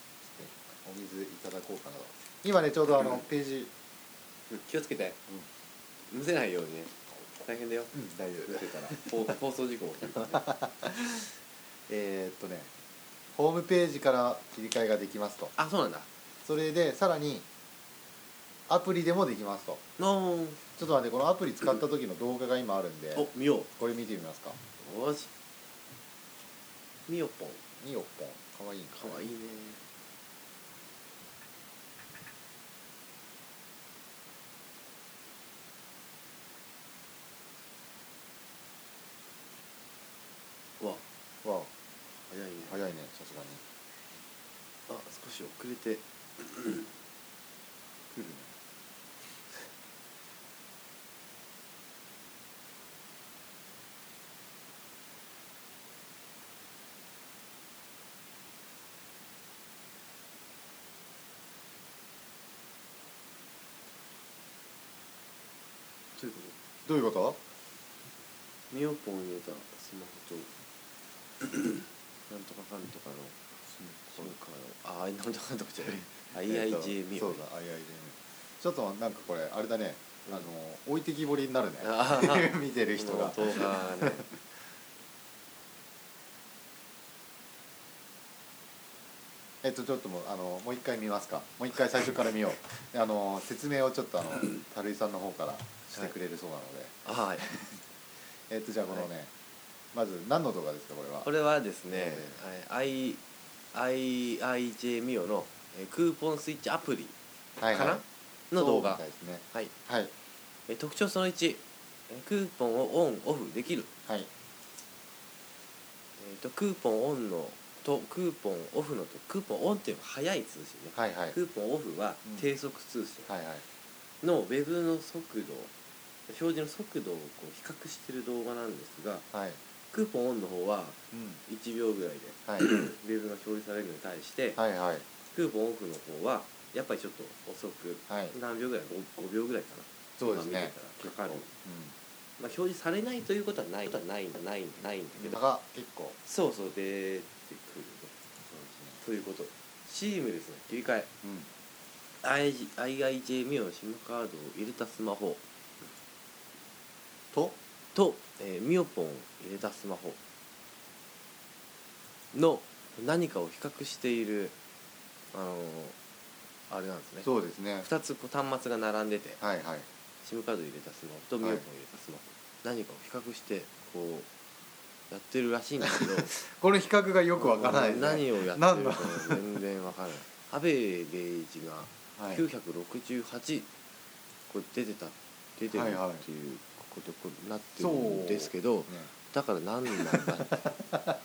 B: 水いただこうかなと今ねちょうどあのページ
C: 気をつけて、むせないようにね大変だよ
B: うん大丈
C: む
B: 夫
C: せたら放放送事故 起きるからね
B: えーっとねホームページから切り替えができますと
C: あそうなんだ
B: それでさらにアプリでもできますと
C: のー
B: ちょっと待ってこのアプリ使った時の動画が今あるんで
C: おみよ
B: これ見てみますか
C: うよしみよぽん
B: におっぽんかわいい
C: かわいいねうわ
B: わあ
C: 早いね
B: 早いねさすがに
C: あ少し遅れて
B: 来るね
C: ということ
B: どういうこと
C: ミオポン入れたスマホと なんとかかんとかのこのカードあーなんとかかんとかじゃない IIJ ミ
B: そ
C: オ
B: うだ IIJ ちょっとなんかこれあれだね、あの置いてきぼりになるね
C: あ
B: 見てる人が
C: この動画ね
B: えっとちょっともうあのもう一回見ますかもう一回最初から見ようあの説明をちょっ とあの樽井さんの方からしてくれるそうなので、
C: あはい
B: えっとじゃあこのね、まず何の動画ですかこれは
C: これはですね
B: え、
C: はい、I IIJ ミオのえークーポンスイッチアプリ
B: は
C: かな、の動画
B: そうみたいですね
C: はい
B: はい
C: えー特徴その1えークーポンをオンオフできる
B: はい
C: えーとクーポンオンのとクーポンオフのとクーポンオンっていうのは早い通信ね
B: はいはい
C: クーポンオフは
B: うん
C: 低速通信
B: はいはい
C: のウェブの速度表示の速度をこう比較してる動画なんですが
B: はい
C: クーポンオンの方は
B: うん
C: 1秒ぐらいで
B: はい
C: ウェブが表示されるのに対して、
B: はいはい
C: クーポンオフの方はやっぱりちょっと遅く
B: はい
C: 何秒ぐらい 5, 秒ぐらいかな、
B: そうです
C: まあ見
B: ね
C: てたらかかる
B: 結
C: まあ、表示されないということはないことはないないないん
B: 構う
C: だけ
B: ん
C: ど、
B: が結構
C: そうそう出てくる
B: そうで
C: ね
B: す
C: ということチームですね切り替え
B: ね
C: IG IIJ ミオの SIM カードを入れたスマホ
B: と
C: と、えーミオポンを入れたスマホの何かを比較しているあのーあれなんですね
B: そうですね
C: 2つこう端末が並んでて
B: はいはい
C: SIM カード入れたスマホとミオポン入れたスマホ、何かを比較してこうや ってるらしいんだけど
B: これ比較がよくわからないですね
C: 何をやってるか
B: 何の
C: も全然わからないアベレージが
B: はい
C: 968、これ出てた出てるっ
B: は
C: て
B: い
C: いう
B: はい
C: ことこうなってるんですけど、
B: ね
C: だから何なんだ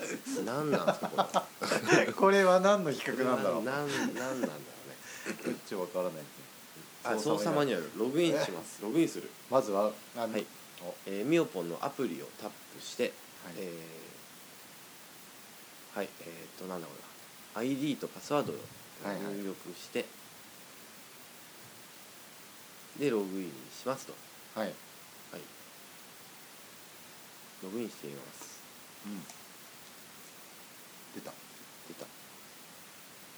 C: 何なんですかこれ
B: これは何の比較なんだろ
C: 何
B: う
C: なんなんだろうね
B: こっちわからないね
C: あ操作マニュアルログインしますログインする、
B: まずはあ
C: はい
B: おは
C: えー、ミオポンのアプリをタップして
B: い
C: えーはいえー、っとなんだこれ ID とパスワードを
B: はいはい
C: 入力して、でログインしますと
B: はい
C: ログインしてみます
B: うん出た
C: 出た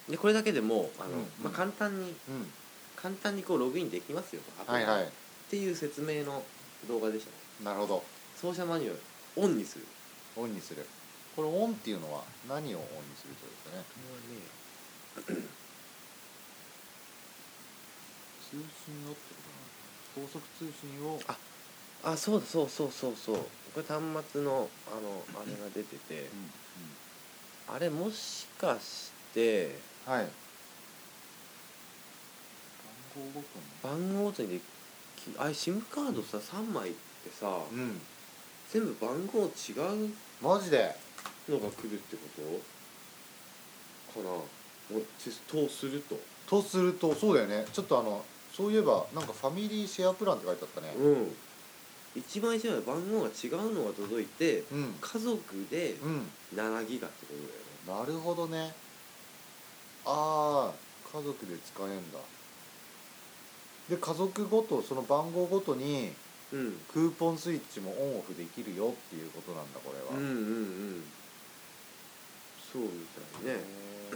C: でこれだけでもうあの、
B: うんうん
C: まあ、簡単に
B: うん
C: 簡単にこうログインできますよアプ
B: はい
C: リが
B: は
C: っ
B: い
C: ていう説明の動画でしたね
B: なるほど
C: 操作マニュアルオンにする
B: オンにするこれオンっていうのは何をオンにするということね
C: これはね
B: 通信をってことなの高速通信を
C: ああそうだそうそうそうそうこれ端末のあのあれが出てて
B: うん
C: あれもしかして
B: うんはい番号動く
C: 番号ごとにできあれ SIM カードさ3枚ってさ
B: のうん
C: 全部番号違う
B: マジで
C: のが来るってことかなおちとすると
B: とするとそうだよねちょっとあのそういえばなんかファミリーシェアプランって書いてあったね
C: うん一枚一枚番号が違うのが届いて
B: うん
C: 家族で
B: うん
C: 7ギガってことだ
B: な
C: よね
B: るほどねああ家族で使えんだで家族ごとその番号ごとに
C: うん
B: クーポンスイッチもオンオフできるよっていうことなんだこれは、
C: うんうん
B: へ
C: うんそうみたい
B: え
C: ね
B: ち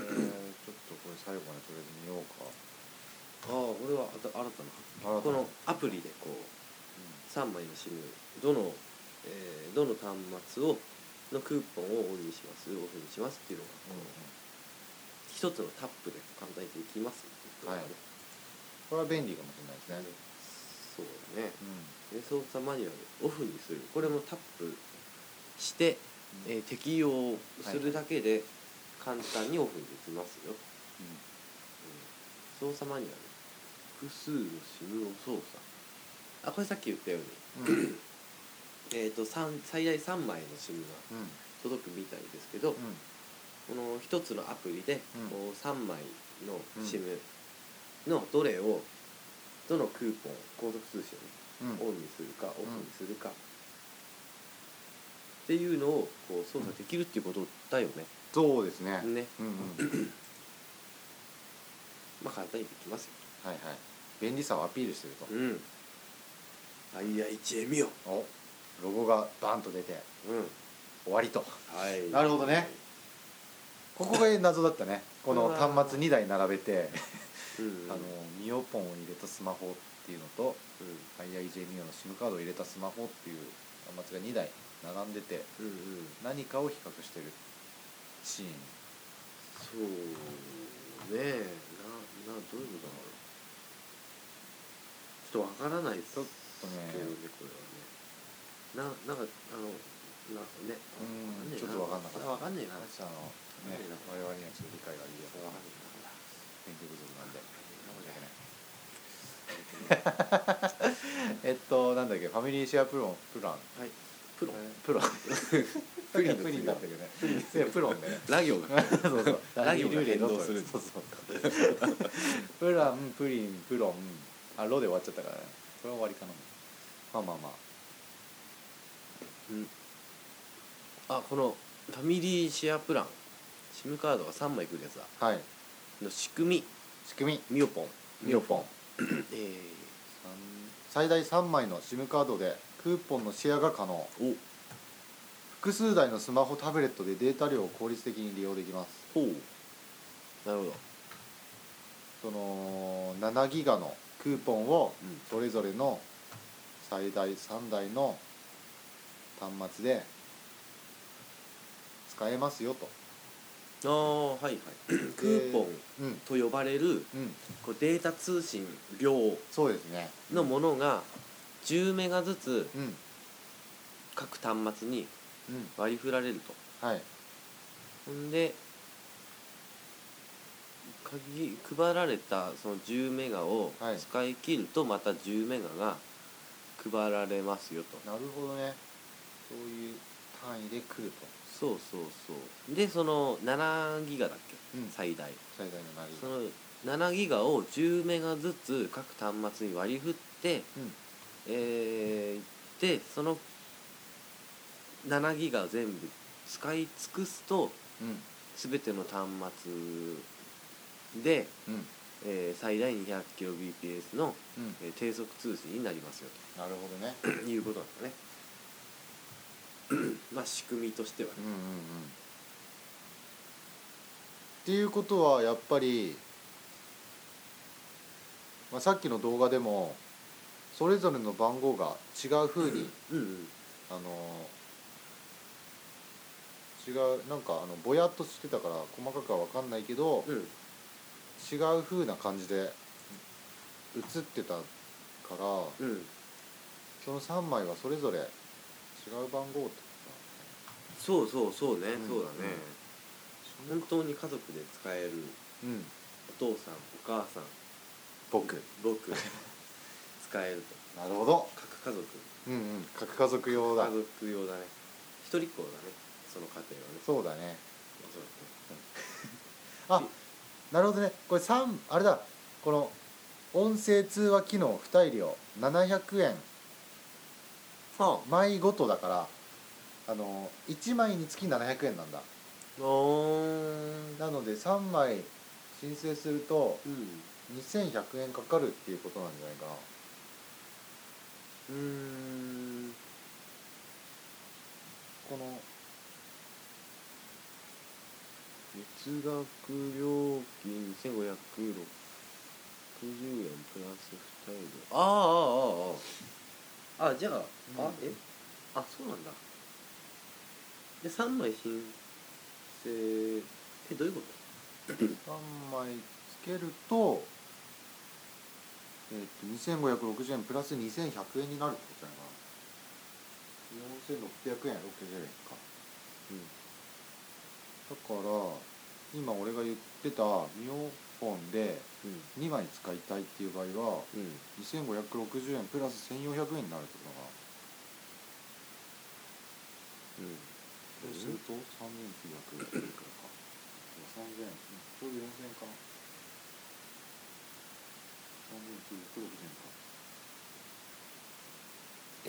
B: ょっとこれ最後までとりあえず見よう
C: ああこれはあた新た
B: か新
C: な
B: た
C: こ
B: な
C: のアプリでこう3枚の SIM どの、えーどの端末をのクーポンをオンにしますオフにしますっていうのが
B: う
C: こ
B: ん
C: の
B: うん
C: 一つのタップで簡単にできますっていうことだね、
B: これは便利かもしれないですね、
C: そうだねで操作マニュアルオフにするこれもタップして、
B: うん
C: えー適用するだけで簡単にオフにできますよ、うん操作マニュアル複数の SIM を操作あこれさっき言ったように
B: うんうんうん
C: えー、と三最大3枚の SIM が届くみたいですけど、
B: うん
C: この1つのアプリで
B: うん
C: こう3枚の
B: うん
C: SIM のどれをどのクーポン高速通信
B: うん
C: をオンにするかオフにするかっていうのをこう操作できるっていうことだよね。
B: そうですね、
C: ね
B: うんうん
C: まあ簡単にできますよ。
B: はいはい便利さをアピールしてると、
C: うん。IIJ 見よ。
B: おロゴがバンと出て
C: うん。
B: 終わりと
C: はい。
B: なるほどね。ここが謎だった ねこの
C: うわー
B: 端末2台並べて、
C: うん。
B: あのミオポンを入れたスマホっていうのと IIJ ミオの SIM カードを入れたスマホっていう端末が2台並んでて
C: うん。うんうん。
B: 何かを比較してるシーン
C: そうねえななどういうことだろうちょっとわからないです
B: ちょっとね
C: けどねこれはねななんかあのなね
B: うん
C: わ
B: ちょっとわかんなかった
C: わかんねえな
B: あ
C: わかんね
B: のね我々にはちょっと理解がいいや
C: えな
B: 勉強不足なんで
C: わかんね
B: えっとなんだっけファミリーシェアプロンプラン
C: えなはい プロ
B: プロンプリン
C: プ
B: プ
C: リ
B: リ
C: ン
B: ン
C: だ
B: だ
C: っ
B: ったたけどねそれプロンだよね
C: ラ行が
B: そうそう
C: ラ行が
B: ル
C: 連動する
B: そうそうプランプリンプロンあロで終わっちゃったからねこれは終わりかなまあまあまあ
C: あこのファミリーシェアプラン SIM カードが3枚くるやつだ
B: はい
C: の仕組
B: 仕組
C: みミオポン
B: みミオポン
C: えー、
B: 最大3枚の SIM カードでクーポンのシェアが可能
C: お
B: 複数台のスマホタブレットでデータ量を効率的に利用できます
C: ほうなるほ
B: そ
C: ど
B: の7ギガのクーポンを
C: うん
B: それぞれの最大3台の端末で使えますよと
C: ああはいはい クーポン
B: うん
C: と呼ばれる
B: うん
C: こうデータ通信量
B: そうですね
C: のものが10メガずつ
B: うん
C: 各端末に
B: うん
C: 割り振られると
B: はい
C: ほんでか鍵配られたその10メガを
B: はい
C: 使い切るとまた10メガが配られますよと、
B: なるほどねそういう単位で来ると、
C: そうそうそうでその7ギガだっけ、
B: うん
C: 最大
B: 最大のなり
C: その7ギガを10メガずつ各端末に割り振って、
B: うん
C: えーでその7ギガ全部使い尽くすと
B: うん
C: 全ての端末で、
B: うん
C: えー最大 200kbps の、
B: うん
C: えー低速通信になりますよ
B: なるほどね
C: ということなんだねまあ仕組みとしてはね
B: うんうんうんっていうことはやっぱり、まあ、さっきの動画でもそれぞれの番号が違うふうに、
C: うんうん
B: あの違うなんかあのぼやっとしてたから細かくは分かんないけど、
C: うん
B: 違うふうな感じで映ってたから
C: うん
B: その3枚はそれぞれ違う番号って
C: そうそうそうね、
B: うん
C: そうだね本当に家族で使える
B: うん、うん、
C: お父さんお母さん
B: 僕
C: 僕使えると
B: なるほど
C: 各家族
B: うんうん各家族用だ
C: 家族用だね一人っ子だねその家庭はね
B: そうだね
C: おそらくね
B: あなるほどねこれ3あれだこの音声通話機能2人料700円
C: は
B: 枚ごとだからあの1枚につき700円なんだ
C: あうん
B: なので3枚申請すると
C: うん
B: 2100円かかるっていうことなんじゃないかな
C: うーん
B: この
C: 月額料金1560円プラス2人であああああああじゃあ、
B: う
C: あ
B: ん
C: えあそうなんだで3枚申請えどういうこ
B: 3枚つけると,、えっと2560円プラス2100円になるってことやな4600円60円か
C: うん
B: だから今俺が言ってたミオフォンで
C: とうん
B: 2枚使いたいっていう場合は
C: うん
B: 2560円プラス1400円になるってことかな
C: うん
B: そうすると3900円くらいか3000円ちょうど4000円かな3960円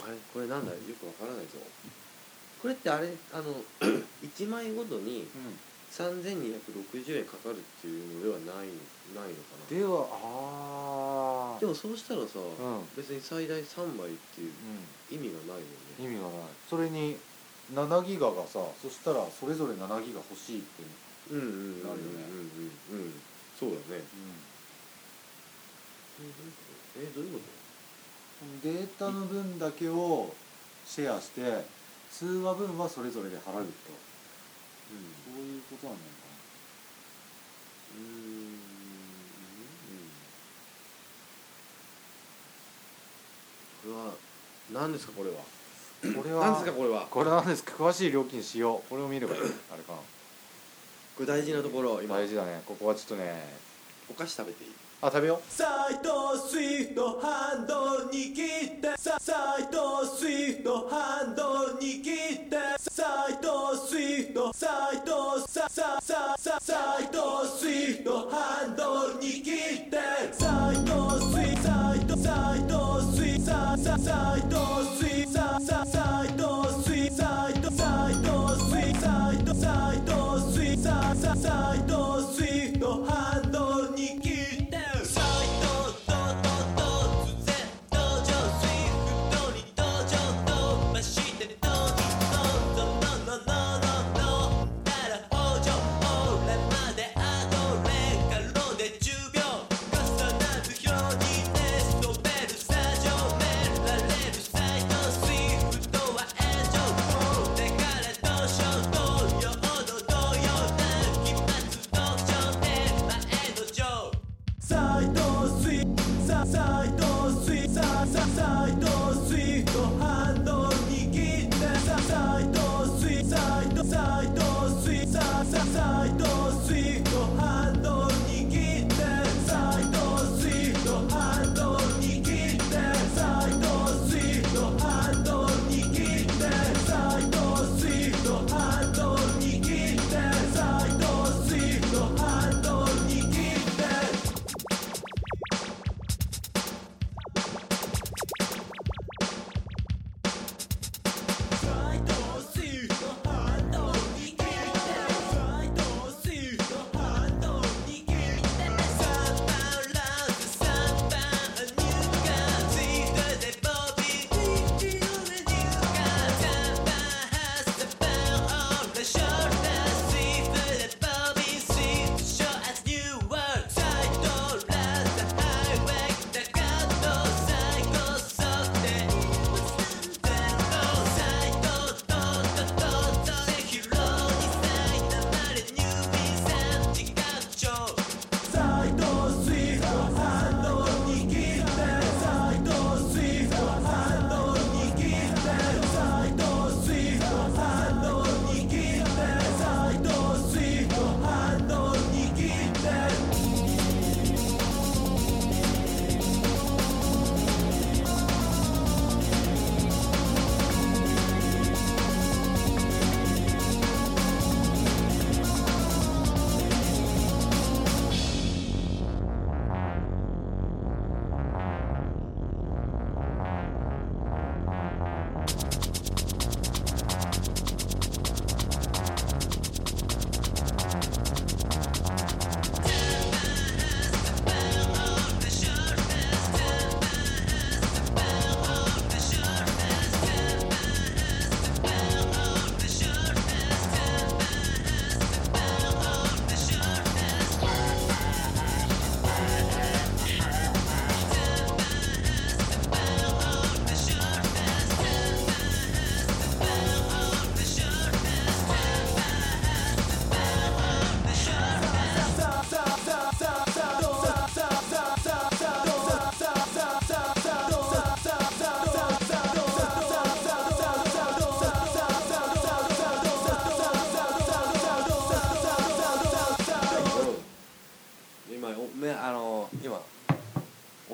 B: か
C: あれこれなんだよくわからないぞこれってあれあの1枚ごとに
B: うん
C: 3260円かかるっていうのではないないのかな
B: ではああ
C: でもそうしたらさ、
B: うん
C: 別に最大3枚っていう意味がないよ
B: うん
C: ね
B: 意味がないそれに7ギガがさそしたらそれぞれ7ギガ欲しいっていう、
C: うんうん
B: なるよね
C: うんうんうんそうだねえどういうこ
B: データの分だけをシェアして通話分はそれぞれで払うと
C: とうん
B: そういうことなんだよ
C: うーんこれは何ですかこれは
B: なこれは
C: 何ですかこれは
B: これなんですか詳しい料金しようこれを見ればいいあれかな
C: これ大事なところ今
B: 大事だねここはちょっとね
C: お菓子食べていい
B: あ食べよ
D: サイドスイートハンドル握ってササイドスイートハンドル握ってサイドスイートサイドサササササイドスイートハンドル握ってサイドスイサイドサイドスイサササイドスイサササイドスイサイドサイドスイサイドサイドスイサササイドスイートハンドル握ってサイドドドド突然登場スイフトに登場飛ばしてドドドドノノノノノたら北条俺まであとレンカロンで10秒重なるようにテストベルスタジオメルられるサイドスイフトは炎上だからどうしよう同様の同様な期末と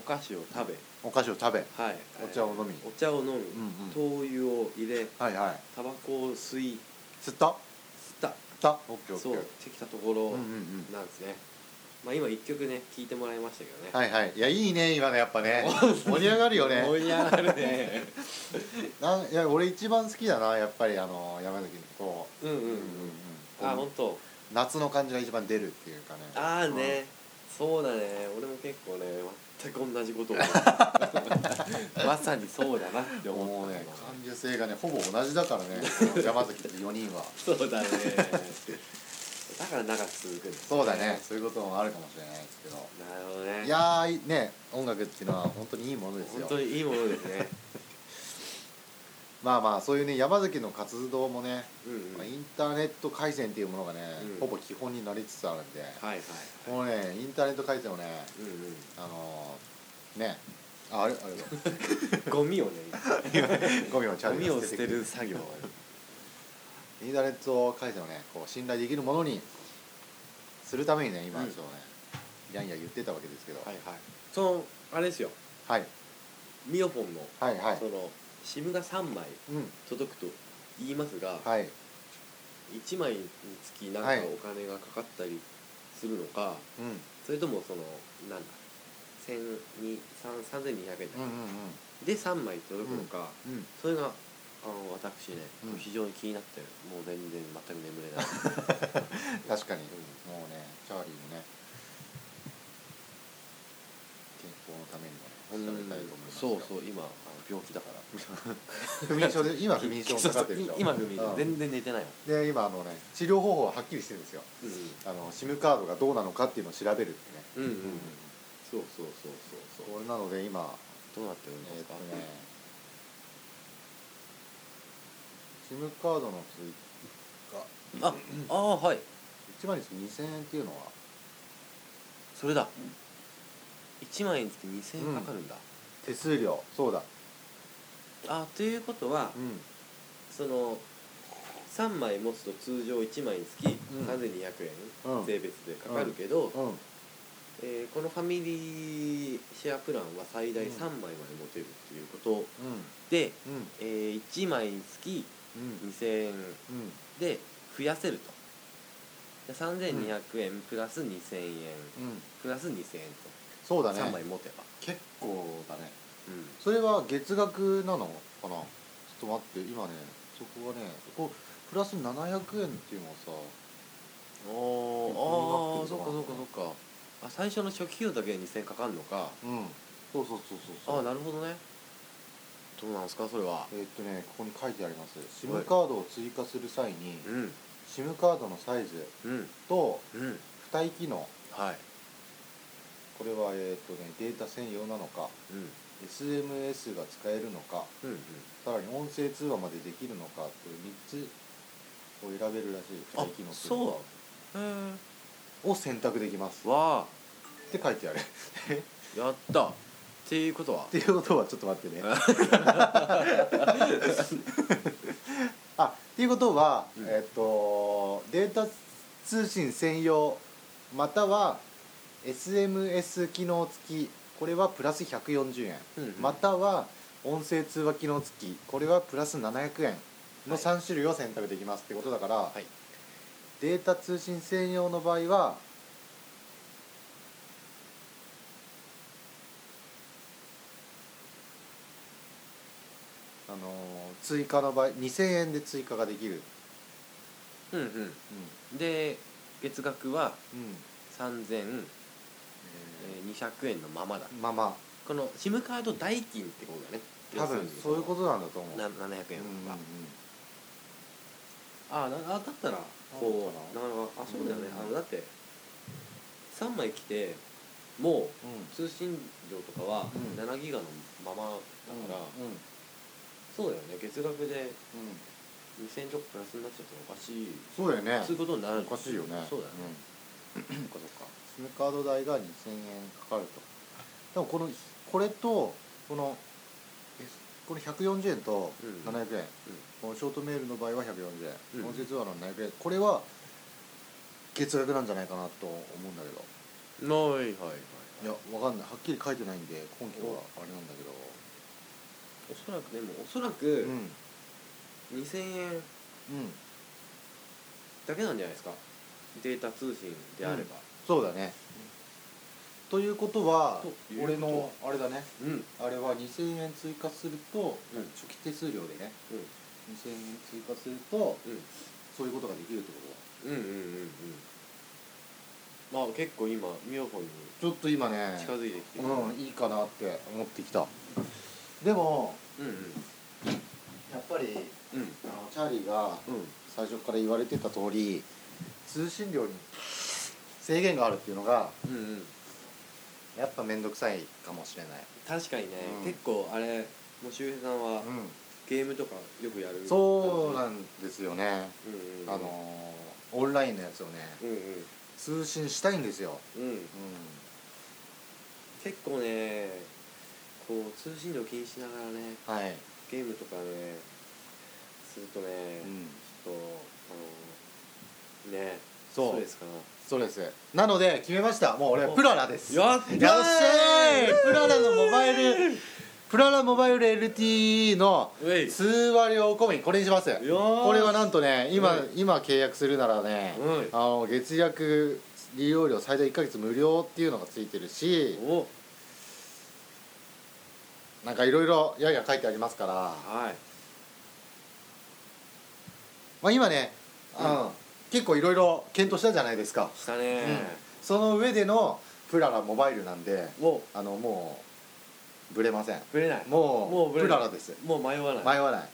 C: 菓子を食べ
B: お菓子を食べ
C: はい
B: お茶を飲み
C: お茶を飲み、
B: うん
C: 灯油を入れ
B: はいはい
C: タバコを吸い
B: 吸った吸っ
C: 吸った
B: オッケーオッケ
C: そう
B: ー
C: してきたところ
B: うんうんうん
C: なんですね、まあ今一曲ね聴いてもらいましたけどね、
B: はいはいいやいいね今のやっぱ ね盛り上がるよね
C: 盛り上がるね
B: なんいや俺一番好きだなやっぱりあの山崎のこ
C: うんうんう
B: う、
C: ん、
B: うん
C: あ
B: うんうん、
C: 本当。
B: 夏の感じが一番出るっていうかね
C: ああね、そうだね俺も結構ね全く同じ ことを思うまさにそうだなって
B: うん
C: 思
B: もう
C: った
B: ね
C: 今
B: 感受性がねほぼ同じだ からねこの山崎って4人は
C: そうだねだから長く続くんです
B: そうだねそういうこともあるかもしれないですけど
C: なるほどね
B: いやーいね音楽っていうのは本当にいいものです
C: 本
B: よ
C: 当にいいものですね
B: まあまあそういうね山崎の活動もね、
C: うん、うん、
B: まあ、
C: は
B: イ
C: い
B: ンターネット回線っていうものがね、
C: うん
B: ほぼ基本になりつつあるんで、
C: はい
B: このねインターネット回線をね
C: うんうん
B: あのーねああれあれだ
C: ゴミをね
B: ゴミをチャ
C: ゴ
B: レンジ
C: ミを捨て
B: く
C: る作業
B: インターネット回線をねこう信頼できるものにするためにね今
C: う
B: ちょ
C: ん
B: っとね、やんや言ってたわけですけど、
C: はいはいそのあれですよ
B: はい、
C: ミオフォンの、
B: はいはい
C: その SIM が3枚
B: うん
C: 届くと言いますが、
B: はい
C: 一1枚につきなんか
B: はい
C: お金がかかったりするのか、
B: うん
C: それともそのなんだ千二三三千二百円だ、
B: うん
C: で3枚届くのか、
B: うんうん
C: それがあの私ね、
B: うん
C: 非常に気になってるもう全然全く眠 れない
B: 確かに、もうねチャーリーのね健康のためにもね調べたいと思います
C: そう
B: う
C: そう今あの病気だから
B: 不眠症で今不眠症かかってるでしょ
C: そうそう今不眠
B: う
C: 症
B: ん
C: 全然寝てないわ、
B: で今あのね治療方法ははっきりしてるんですよ
C: うん、
B: あの SIM カードがどうなのかっていうのを調べるってね
C: うんうんうんそうそうそうそうそう
B: これなので今
C: どうなってるん
B: えー
C: で
B: っ
C: すか、
B: とね SIM カードの追加
C: あああはい
B: 1枚につき2000円っていうのは
C: それだ1枚につき2000円かかるんだ、
B: 手数料そうだ
C: あということは、
B: うん
C: その3枚持つと通常1枚につき
B: ん
C: 3200円、
B: うん
C: 税別でかかるけど、
B: うん
C: えーこのファミリーシェアプランは最大
B: うん
C: 3枚まで持てるっていうこと
B: うん
C: で、
B: うん
C: え1枚につき
B: うん
C: 2000円
B: うん
C: で増やせるとで3200円プラス2000円
B: うん
C: プラス2000円
B: そう
C: と
B: だ
C: 3枚
B: ね
C: 持てば、
B: 結構だね
C: うん
B: それは月額なのかなちょっと待って今ねそこがねここプラス700円っていうのはさ
C: おーあー
B: そ
C: そっ
B: う
C: か
B: か
C: そっかそっかあ最初の初期費用だけ2000円かかるのか
B: うんそうそうそうそう
C: あ
B: そ
C: あ
B: う
C: なるほどねどうなんですかそれは
B: えーっとねここに書いてあります SIM カードを追加する際に
C: うん
B: SIM カードのサイズ
C: うん
B: と
C: うん
B: 付帯機能
C: はい
B: これはえーっとねデータ専用なのか
C: うん
B: SMS が使えるのか
C: うんうん
B: さらに音声通話までできるのかっていう3つを選べるらしい
C: あ
B: 付帯機能ってい
C: そう
B: の
C: うへ
B: を選択できます
C: えわ
B: っ
C: あ
B: て書いてあるっ
C: やったっていうことは
B: ていうことはちょっと待ってね あっていうことは、
C: うん
B: えっとデータ通信専用または SMS 機能付きこれはプラス140円、
C: うんうん
B: または音声通話機能付きこれはプラス700円の
C: はい
B: 3種類を選択できますってことだから、
C: い
B: データ通信専用の場合はあのー追加の場合2000円で追加ができる
C: うんうんで月額は
B: うん、うん
C: 3200円のままだ
B: えーまあま
C: この SIM カード代金ってことだね
B: あ多分そういうこととなんだと思う
C: 700円
B: う
C: は、
B: んうんうん
C: ああなあだったらこうなかなかあそうだよね、
B: うん
C: あのだって3枚来ても
B: うん
C: う通信料とか
B: う
C: は
B: ん
C: 7ギガのままだから、
B: うんうん
C: そうだよね月額で2000ちょっとプラスになっちゃったらおかしい
B: そうだよね
C: そういうことになる
B: おかしいよね
C: そうだよ
B: う
C: ね、
B: んそっかそっか SIM カード代が2000円かかるとでもこのこれとこのえこの140円と
C: うん
B: 700円、
C: うん
B: このショートメールの場合は140円、
C: うん
B: 音声通話の700円これは月額なんじゃないかなと思うんだけど
C: ないはいはいはい
B: いやわかんないはっきり書いてないんで根拠はあれなんだけど
C: おそらくでもおそら
B: う
C: く
B: ん
C: 2000円
B: うん
C: だけなんじゃないですかデータ通信であれば
B: そうだねということは
C: ということ
B: 俺のあれだね
C: うんうん
B: あれは2000円追加すると
C: うん
B: 初期手数料でね2000円追加するとそういうことができるってこ
C: うんうんうんうんまあ結構今ミオフォンに
B: とはちょっと今ね
C: 近づいてきてる
B: うんいいかなって思ってきたでも
C: うんうん
B: やっぱり
C: うん
B: あのチャーリーが
C: うん
B: 最初から言われてた通り通信量に制限があるっていうのが
C: うんうん
B: やっぱ面倒くさいかもしれない、
C: 確かにね、
B: うん
C: 結構あれもう周平さんはゲームとかよくやる
B: そう
C: な
B: なんですよね
C: うんうんうん
B: あのーオンラインのやつをね
C: うんうん
B: 通信したいんですよ、
C: うん結構ねこう通信料気にしながらね
B: うん、はい、
C: ゲームとかねするとね、ちょっとあのね
B: そう
C: ストレスかな
B: そうですなので決めましたもう俺プララです
C: やっ
B: よっしゃープララのモバイルプララモバイル LTE の
C: うい
B: 通話料込みこれにします
C: よー
B: これはなんとね今、
C: うん
B: 今契約するならね、
C: う
B: あ
C: ん
B: の月額利用料最大1ヶ月無料っていうのがついてるし
C: お
B: なんかいろいろやや書いてありますから、
C: はい
B: まあ、今ね、うん
C: うん
B: 結構いろいろ検討したじゃないですか、
C: したね
B: その上でのプララモバイルなんで
C: もう
B: あのもうブレません
C: ぶれない
B: もう
C: もうぶれ
B: プ
C: ない
B: ララです
C: もう迷わない
B: 迷わない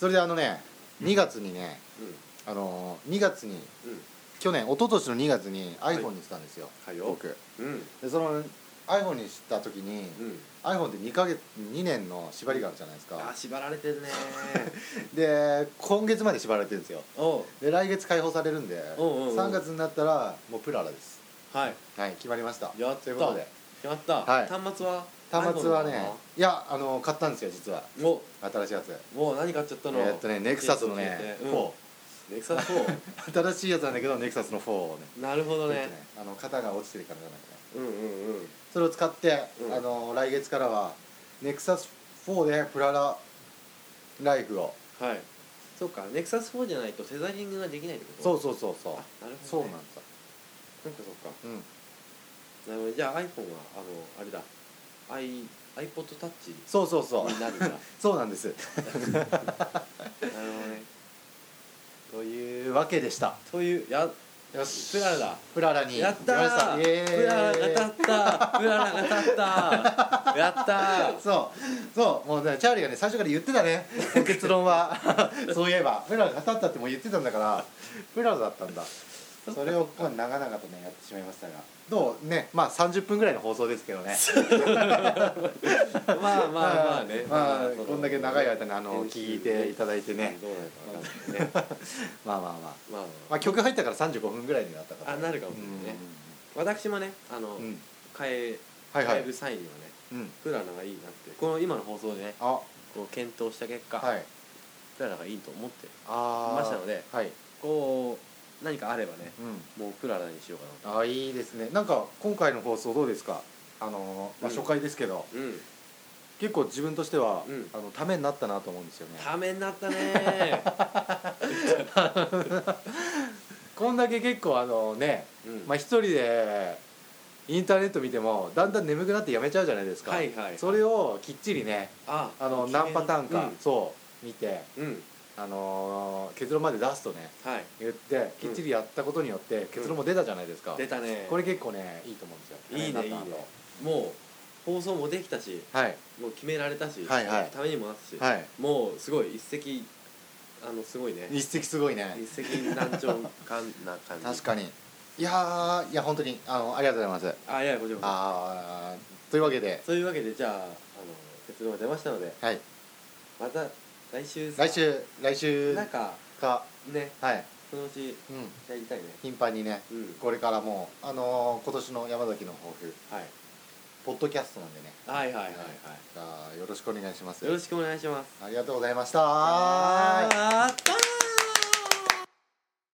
B: それであのね2月にね、
C: うん
B: あの2月に
C: うん
B: 去年一昨年の2月に
C: い
B: iPhone にしたんですよ、
C: はいよ
B: 僕
C: うん
B: でその iPhone にした時に、
C: うん
B: iPhone って2ヶ月2年の縛りがあるじゃないです
C: あ
B: か
C: ー縛られて るね
B: で今月まで縛られてるんですよ
C: おう
B: で来月解放されるんで
C: おうおうおう
B: 3月になったらもうプララです
C: はい
B: はい決まりました
C: やった
B: ということで
C: やった、
B: はい
C: 端末は
B: 端末はね
C: iPhone
B: いやあの買ったんですよ実は
C: なのお
B: 新しいやつ
C: もう何買っちゃった
B: え
C: の
B: ーっとねネクサスのね
C: うんネクサス4
B: 4新しいやつなんだけどネクサスの4をね
C: なるほど
B: ちょっ
C: ね
B: とねあの型が落ちてるからじゃないかな
C: うんうんうん
B: それを使って、
C: うん
B: あの来月からはネクサス4でプララライフを
C: はいそうかネクサス4じゃないとセザリングができないってこと
B: そううそうそうそう
C: なる
B: そ
C: ほ
B: う
C: ど、
B: な
C: ね、
B: んだ
C: なんかそうか
B: うん
C: なるほどじゃあ iPhone はあのあれだ i iPod タッチ
B: そうそうそう
C: に なるんだなる
B: そうなんです
C: ほどね
B: というわけでした
C: というや
B: よし
C: プララだ
B: プララに
C: やった
B: 行きましたイエー
C: ー
B: イ
C: プララが立ったプララが立ったやったー
B: そうそうもうねチャーリーがね最初から言ってた ね結論は そういえばプララが当たったってもう言ってたんだからプララだったんだそれをこう長々とねやってしまいましたがどうねまあ30分ぐらいの放送ですけどね
C: まあまあまあね
B: まあ
C: その
B: こんだけ長い間にあの
C: 編集
B: 聞いていただいてね
C: どうなるかわかんないね
B: まあまあまあ
C: まあ
B: まあ曲入ったから35分ぐらいになったから
C: あなるかもしれないね私もねあの
B: うんうん
C: 変え
B: はいは
C: 変え
B: い
C: る際にはね
B: うん
C: プララがいいなってこの今の放送でね
B: あ
C: こう検討した結果
B: はい
C: プララがいいと思って
B: あー
C: ましたので
B: はい
C: こう何かあればね
B: うん
C: もうプララにしようかな
B: あいいですねなんか今回の放送どうですかあのーまあ、
C: うん
B: 初回ですけど、
C: うん
B: 結構自分としては、
C: うん
B: あのためになったなと思うんですよね
C: ためになったね
B: こんだけ結構あのね、
C: うん
B: まあ、一人でインターネット見てもだんだん眠くなってやめちゃうじゃないですか、
C: はいはい
B: それをきっちりね
C: あ
B: あの何パターンか、そう見て、
C: うんうん
B: あのー結論まで出すとね
C: はい
B: 言ってきっちりやったことによって結論も出たじゃないですか、
C: 出たね
B: これ結構ねいいと思うんですよ
C: いいねいいねもう放送もできたし
B: はい
C: もう決められたし、
B: はいはい
C: ためにもなったし、
B: はい
C: もうすごい一石あのすごいね
B: 一石すごいね
C: 一石何鳥かんな感じ
B: 確かにいやーいや本当にあのありがとうございます
C: あいやこちらこそ
B: あーというわけで
C: そういうわけでじゃああの結論が出ましたので
B: はい
C: また来週さ
B: 来週来週
C: なんか
B: か
C: ね
B: はい、
C: そのうち
B: うん、
C: やりたいね
B: 頻繁にね
C: うん
B: これからもうあのー今年の山崎の抱負
C: はい
B: ポッドキャストなんでね
C: はいはいはいは
B: あーよろしくお願いします
C: いよろしくお願いします
B: ありがとうございました
C: あーあったー